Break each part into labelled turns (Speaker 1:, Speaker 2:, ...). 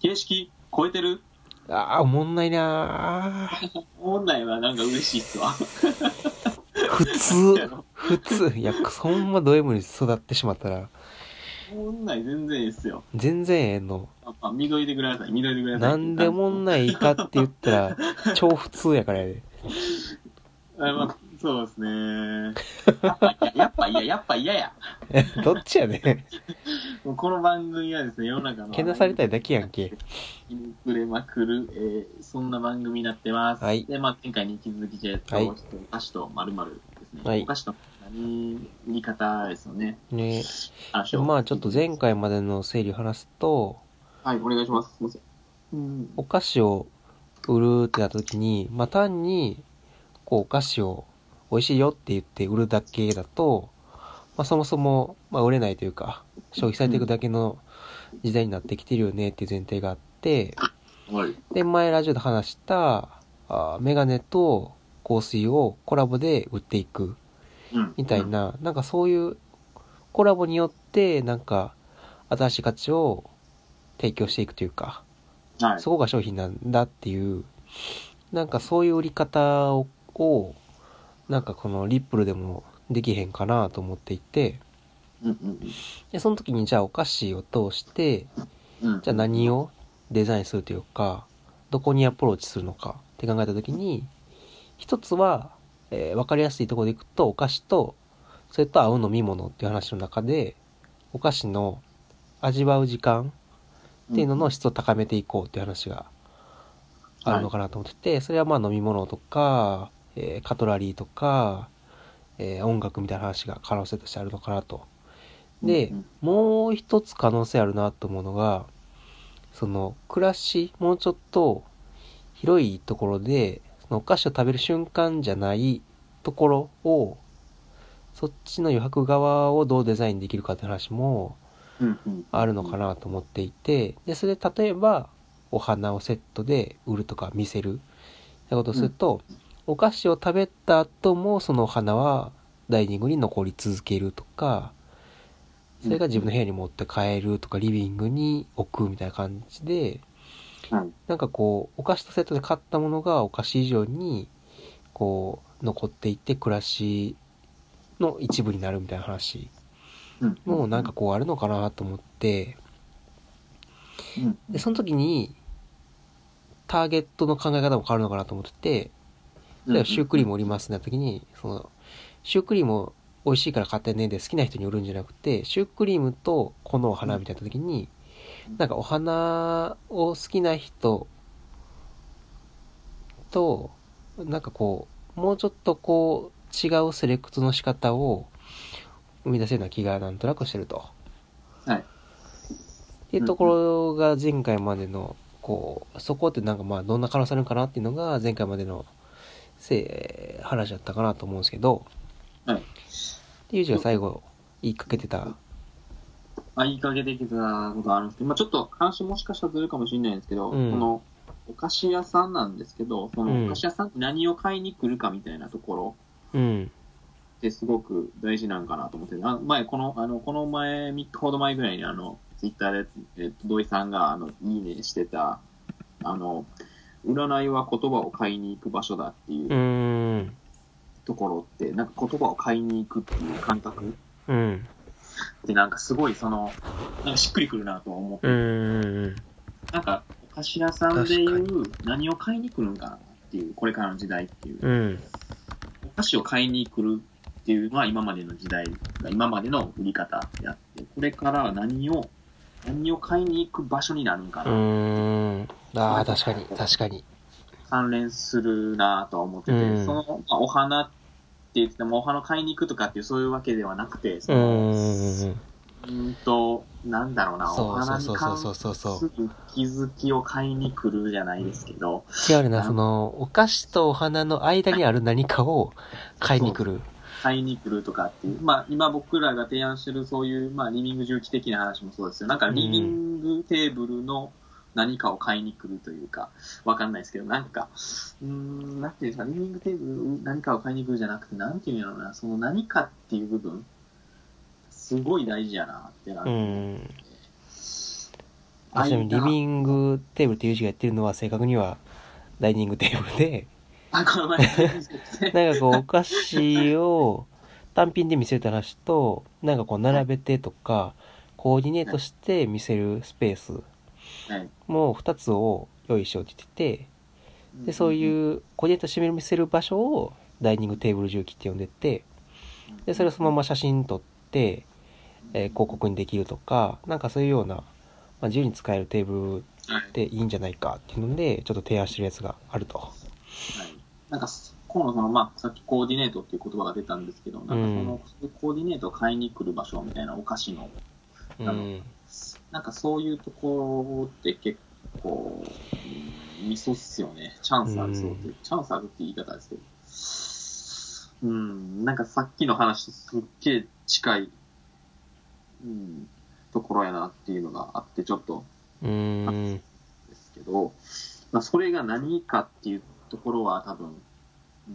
Speaker 1: 形式超えてる
Speaker 2: ああ、おもんないなー
Speaker 1: 本来はなんか嬉しいっす わ。
Speaker 2: 普通、普通。いや、そんまド M に育ってしまったら、
Speaker 1: 本来全然いいっすよ。
Speaker 2: 全然ええの。
Speaker 1: やっぱ見といてください、見といてください。
Speaker 2: なんでもんないかって言ったら、超普通やからやで。
Speaker 1: あまあ、そうですね。やっぱ嫌、やっぱ嫌や、やっぱ
Speaker 2: えどっちやねん。
Speaker 1: 嫌や。もうこの番組はですね、世の中の。
Speaker 2: けなされたいだけやんけ。
Speaker 1: ひねくれまくる、えー、そんな番組になってます。
Speaker 2: はい
Speaker 1: で、まあ、前回に引き続き、じゃあ、
Speaker 2: はい
Speaker 1: お菓子と〇〇ですね。
Speaker 2: はい
Speaker 1: お菓子と何、言い方ですよね。
Speaker 2: ね
Speaker 1: あ、しょう
Speaker 2: まあちょっと前回までの整理を話すと、
Speaker 1: はい、お願いします。すいません。うん。
Speaker 2: お菓子を売るってなった時に、まあ単に、こうお菓子を美味しいよって言って売るだけだと、まあそもそも、まあ売れないというか、消費されていくだけの時代になってきてるよねっていう前提があって、
Speaker 1: はい。
Speaker 2: で、前ラジオで話した、あーメガネと香水をコラボで売っていく
Speaker 1: うん。
Speaker 2: みたいな、なんかそういうコラボによって、なんか新しい価値を提供していくというか、
Speaker 1: うん。はい。
Speaker 2: そこが商品なんだっていう、なんかそういう売り方を、をなんかこのリップルでもできへんかなと思っていて、
Speaker 1: うんうん
Speaker 2: で、その時にじゃあお菓子を通して、
Speaker 1: うん。うん
Speaker 2: じゃあ何をデザインするというか、どこにアプローチするのかって考えた時に、一つは、えーわかりやすいところでいくと、お菓子と、それと合う飲み物っていう話の中で、お菓子の味わう時間っていうのの質を高めていこうっていう話があるのかなと思ってて、それはまあ飲み物とか、えーカトラリーとか、えー音楽みたいな話が可能性としてあるのかなと。で、
Speaker 1: うん
Speaker 2: もう一つ可能性あるなと思うのが、その暮らし、もうちょっと広いところで、そのお菓子を食べる瞬間じゃないところを、そっちの余白側をどうデザインできるかって話も
Speaker 1: うんうん、
Speaker 2: あるのかなと思っていて、で、それで例えばお花をセットで売るとか見せるってことをすると、お菓子を食べた後もそのお花はダイニングに残り続けるとか、それが自分の部屋に持って帰るとか、リビングに置くみたいな感じで、
Speaker 1: はい
Speaker 2: なんかこう、お菓子とセットで買ったものがお菓子以上に、こう、残っていって暮らしの一部になるみたいな話
Speaker 1: うん
Speaker 2: もなんか、こうあるのかなと思って、
Speaker 1: うん
Speaker 2: で、その時に、ターゲットの考え方も変わるのかなと思ってて、例えばシュークリーム売りますね、時に、その、シュークリーム美味しいから買ってねで好きな人に売るんじゃなくて、シュークリームとこのお花みたいな時に
Speaker 1: うん、
Speaker 2: なんかお花を好きな人と、なんかこう、もうちょっとこう、違うセレクトの仕方を生み出せるような気がなんとなくしてると。
Speaker 1: はい
Speaker 2: っていうところが前回までの、こう、そこってなんかまあどんな可能性あるのかなっていうのが前回までのせ話だったかなと思うんですけど、
Speaker 1: はい
Speaker 2: でユージが最後言いかけてた、
Speaker 1: まあ、言いかけてきたことあるんですけど、まあ、ちょっと話もしかしたらずれるかもしれないんですけど、
Speaker 2: うん
Speaker 1: このお菓子屋さんなんですけど、そ
Speaker 2: うん
Speaker 1: のお菓子屋さんって何を買いに来るかみたいなところ
Speaker 2: うん、
Speaker 1: ってすごく大事なんかなと思って、あ前、この、あの、この前、3日ほど前ぐらいに、あの、ツイッターで、えっと、土井さんが、あの、いいねしてた、あの、占いは言葉を買いに行く場所だっていう
Speaker 2: うーん、
Speaker 1: ところって、なんか言葉を買いに行くっていう感覚
Speaker 2: うん、
Speaker 1: ってなんかすごいその、なんかしっくりくるなと思って、
Speaker 2: うーん、
Speaker 1: なんか、お菓子屋さんでいう何を買いに来るんかなっていう、これからの時代っていう、
Speaker 2: うん、
Speaker 1: お菓子を買いに来るっていうのは今までの時代が、今までの売り方であって、これからは何を、何を買いに行く場所になるんか
Speaker 2: う
Speaker 1: な、
Speaker 2: ーん、ああ、確かに、確かに。
Speaker 1: 関連するなぁとは思ってて、
Speaker 2: うん
Speaker 1: その、まあ、お花って言っても、お花買いに行くとかっていうそういうわけではなくて、
Speaker 2: う
Speaker 1: その、
Speaker 2: ーん、
Speaker 1: うーんと、なんだろうな、お
Speaker 2: そう
Speaker 1: 花に
Speaker 2: そう
Speaker 1: 関
Speaker 2: そうそうそうそ
Speaker 1: すぐ気づきを買いに来るじゃないですけど、
Speaker 2: う。違うよな、その、お菓子とお花の間にある何かを買いに来る。
Speaker 1: 買いに来るとかっていう、まあ今僕らが提案してるそういう、まあリビング重機的な話もそうですよ。なんかリビングテーブルの何かを買いに来るというか、わかんないですけど、なんか、うーん、なんていうんですか、リビングテーブル何かを買いに来るじゃなくて、なんていうんやろうな、その何かっていう部分、すごい大事やなってな
Speaker 2: うーん。あちなみに
Speaker 1: あいい
Speaker 2: リ
Speaker 1: な
Speaker 2: ビングテーブルっていう字がやってるのは正確にはダイニングテーブルで、
Speaker 1: あ、この前、
Speaker 2: なんかこうお菓子を単品で見せるって話と、なんかこう並べてとか、コーディネートして見せるスペース
Speaker 1: はい
Speaker 2: も2つを用意しようって言ってて、で、そう
Speaker 1: う、
Speaker 2: いうコーディネートして見せる場所をダイニングテーブル重機って呼んでて、で、それをそのまま写真撮って、えー広告にできるとか、なんかそういうような、まあ、自由に使えるテーブル
Speaker 1: はい
Speaker 2: でいいんじゃないかっていうのでちょっと提案してるやつがあると
Speaker 1: はいなんか、河野さんは、まあ、さっきコーディネートっていう言葉が出たんですけど、なんかその、コーディネートを買いに来る場所みたいなお菓子の、
Speaker 2: う
Speaker 1: なる
Speaker 2: ん
Speaker 1: なんかそういうところって結構、うんミソっすよね。チャンスあるそうっていう、チャンスあるって言い方ですけど。うん、なんかさっきの話とすっげえ近い、うん、ところやなっていうのがあって、ちょっと、
Speaker 2: うん
Speaker 1: ですけど、まあ、それが何かっていうところは多分、う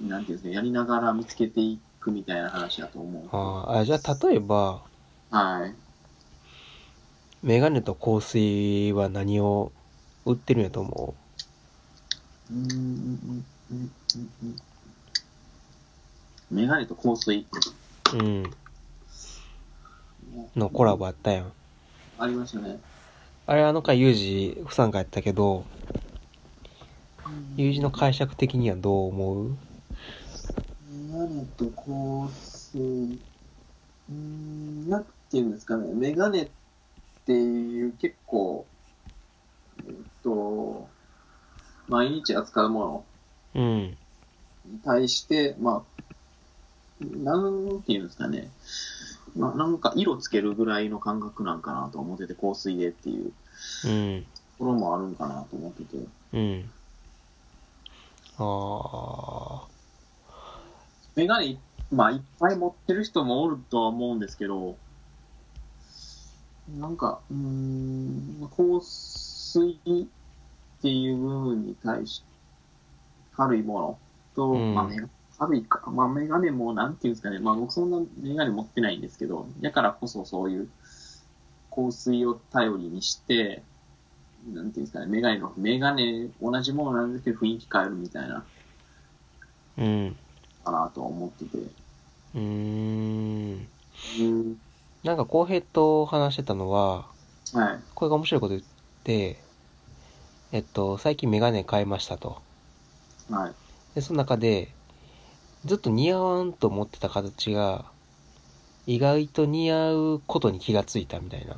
Speaker 1: ーん、なんていうんですか、やりながら見つけていくみたいな話だと思う。
Speaker 2: あーあじゃあ例えば
Speaker 1: はい。
Speaker 2: メガネと香水は何を売ってるんやと思
Speaker 1: うーんうんうんうんうんうんメガネと香水
Speaker 2: ううんのコラボあったやん
Speaker 1: ありましたね。
Speaker 2: あれあの回ユージ不参加やったけどユージの解釈的にはどう思う
Speaker 1: メガネと香水、うーん、なんていうんですかね、メガネっていう結構、えっと、毎日扱うもの
Speaker 2: うん
Speaker 1: に対して、まあ、なんていうんですかね、まあなんか色つけるぐらいの感覚なんかなと思ってて、香水でっていう
Speaker 2: うん
Speaker 1: ところもあるんかなと思ってて、
Speaker 2: うんああ
Speaker 1: メガネ、まあ、いっぱい持ってる人もおるとは思うんですけど、なんか、うーん、香水っていう部分に対して、軽いものと、
Speaker 2: うん
Speaker 1: まあ、メガ軽いか、まあ、メガネも、なんていうんですかね、まあ、僕そんなメガネ持ってないんですけど、だからこそそういう香水を頼りにして、なんていうんですかね、メガネの、メガネ、同じものなんですけど、雰囲気変えるみたいな、
Speaker 2: うん
Speaker 1: かなとは思ってて。
Speaker 2: うーん
Speaker 1: うん
Speaker 2: なんか浩平と話してたのは
Speaker 1: はい。
Speaker 2: これが面白いこと言って、えっと、最近メガネ買いましたと。
Speaker 1: はい。
Speaker 2: で、その中で、ずっと似合わんと思ってた形が、意外と似合うことに気がついたみたいな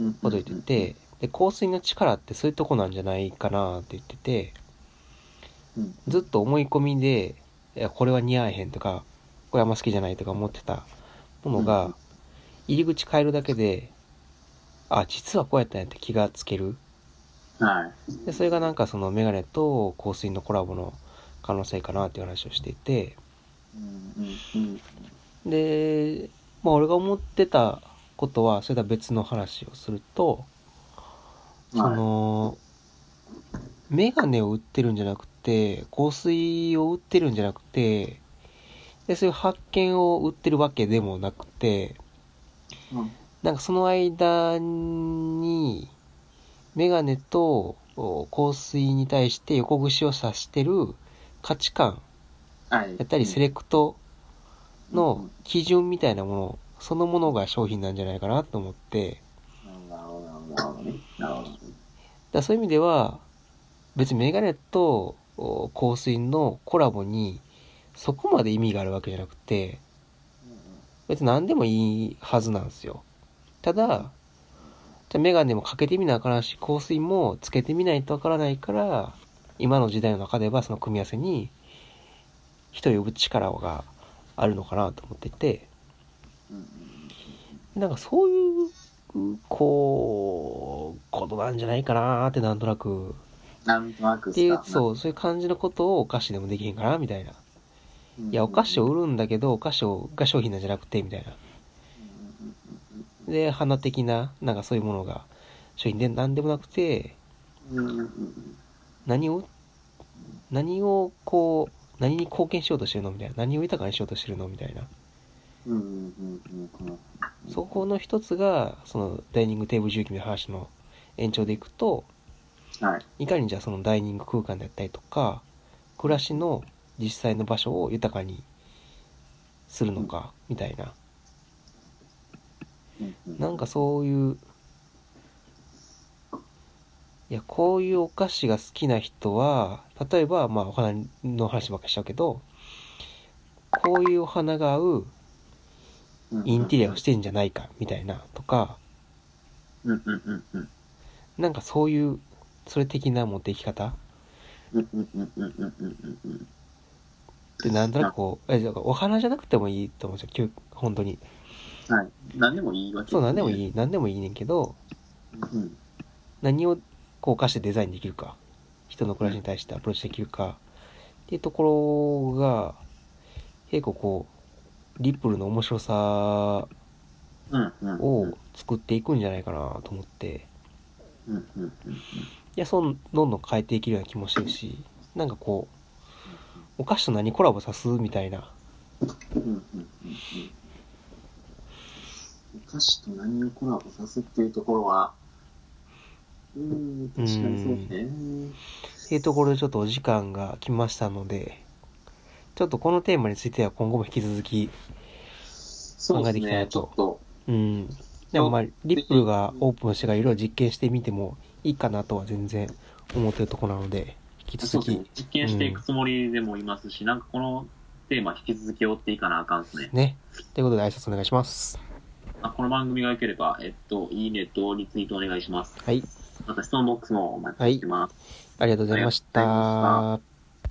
Speaker 1: うん
Speaker 2: こと言ってて、で、香水の力ってそういうとこなんじゃないかなって言ってて、
Speaker 1: うん
Speaker 2: ずっと思い込みで、いや、これは似合えへんとか、これあんま好きじゃないとか思ってたもの
Speaker 1: うん
Speaker 2: が、入り口変えるだけで、あ、実はこうやったんやって気がつける。
Speaker 1: はい。
Speaker 2: でそれがなんかそのメガネと香水のコラボの可能性かなっていう話をしていて
Speaker 1: うんうん
Speaker 2: で、まあ、俺が思ってたことはそれとは別の話をすると、
Speaker 1: うん。
Speaker 2: そ
Speaker 1: はい
Speaker 2: のメガネを売ってるんじゃなくて香水を売ってるんじゃなくてでそういう発見を売ってるわけでもなくて
Speaker 1: うん
Speaker 2: なんかその間に、メガネとお香水に対して横串を刺してる価値観
Speaker 1: はい。
Speaker 2: やったり、セレクトの基準みたいなもの、そのものが商品なんじゃないかなと思って、
Speaker 1: うんなるほど、なるほどね。なるほど。
Speaker 2: だからそういう意味では、別にメガネとお香水のコラボに、そこまで意味があるわけじゃなくて、別に何でもいいはずなんですよ。ただ、じゃあメガネもかけてみなあからんし、香水もつけてみないとわからないから、今の時代の中ではその組み合わせに、人を呼ぶ力があるのかなと思ってて、
Speaker 1: うんうん
Speaker 2: なんかそういう、こう、ことなんじゃないかなってなんとなく、
Speaker 1: なんとなく
Speaker 2: っていう、
Speaker 1: う。
Speaker 2: そう、そういう感じのことをお菓子でもできへんかなみたいな。
Speaker 1: い
Speaker 2: いや、お菓子を売るんだけど、お菓子をが商品なんじゃなくて、みたいな。で、花的な、なんかそういうものが、商品で何でもなくて、
Speaker 1: うんうんうん
Speaker 2: 何を、何をこう、何に貢献しようとしてるのみたいな。何を豊かにしようとしてるのみたいな。
Speaker 1: ううんうんうんうんうん。
Speaker 2: そこの一つがそのダイニングテーブル重機の話の延長でいくと
Speaker 1: はい。
Speaker 2: いかにじゃあそのダイニング空間であったりとか暮らしの実際の場所を豊かにするのかみたいな
Speaker 1: うんうん
Speaker 2: なんかそういういやこういうお菓子が好きな人は例えばまあお花の話ばっかりしちゃうけどこういうお花が合うインテリアをしてんじゃないかみたいなとか
Speaker 1: うんうんうんうん
Speaker 2: なんかそういうそれ的な持っていき方
Speaker 1: うんうんうんうんうんうんうんうん
Speaker 2: ってなんとなくこうえだからお花じゃなくてもいいと思うんですよきゅ本当に
Speaker 1: はい。何でもいいわけ
Speaker 2: そう何でも
Speaker 1: い。
Speaker 2: いい何でもいいねんけど
Speaker 1: うん。
Speaker 2: 何をこうお菓子でデザインできるか人の暮らしに対してアプローチできるかっていうところが結構こうリップルの面白さ
Speaker 1: うんうんうん。
Speaker 2: を作っていくんじゃないかなと思って
Speaker 1: うんうんうんうん。
Speaker 2: いやそんどんどん変えていけるような気もしてるしなんかこうお菓子と何コラボさすみたいな
Speaker 1: うんうんうんうんお菓子と何をコラボさすっていうところは、うん、確かにそうですね。
Speaker 2: っていうところでちょっとお時間が来ましたのでちょっとこのテーマについては今後も引き続き
Speaker 1: そうです
Speaker 2: 考えていきたいな
Speaker 1: ね、
Speaker 2: と
Speaker 1: ちょっと。
Speaker 2: うん。でもまあ、リップルがオープンしてからいろいろ実験してみてもいいかなとは全然思ってるとこなので、引き
Speaker 1: そう
Speaker 2: 続
Speaker 1: ですね
Speaker 2: き、
Speaker 1: 実験していくつもりでもいますし、なんかこのテーマ引き続き追っていかなあかんですね。
Speaker 2: ね。ということで挨拶お願いします。
Speaker 1: あこの番組が良ければ、えっと、いいねとリツイートお願いします。
Speaker 2: はい。
Speaker 1: また質問ボックスもお待ちしてます。
Speaker 2: ありがとうございまし
Speaker 1: ありがとうございま
Speaker 2: た。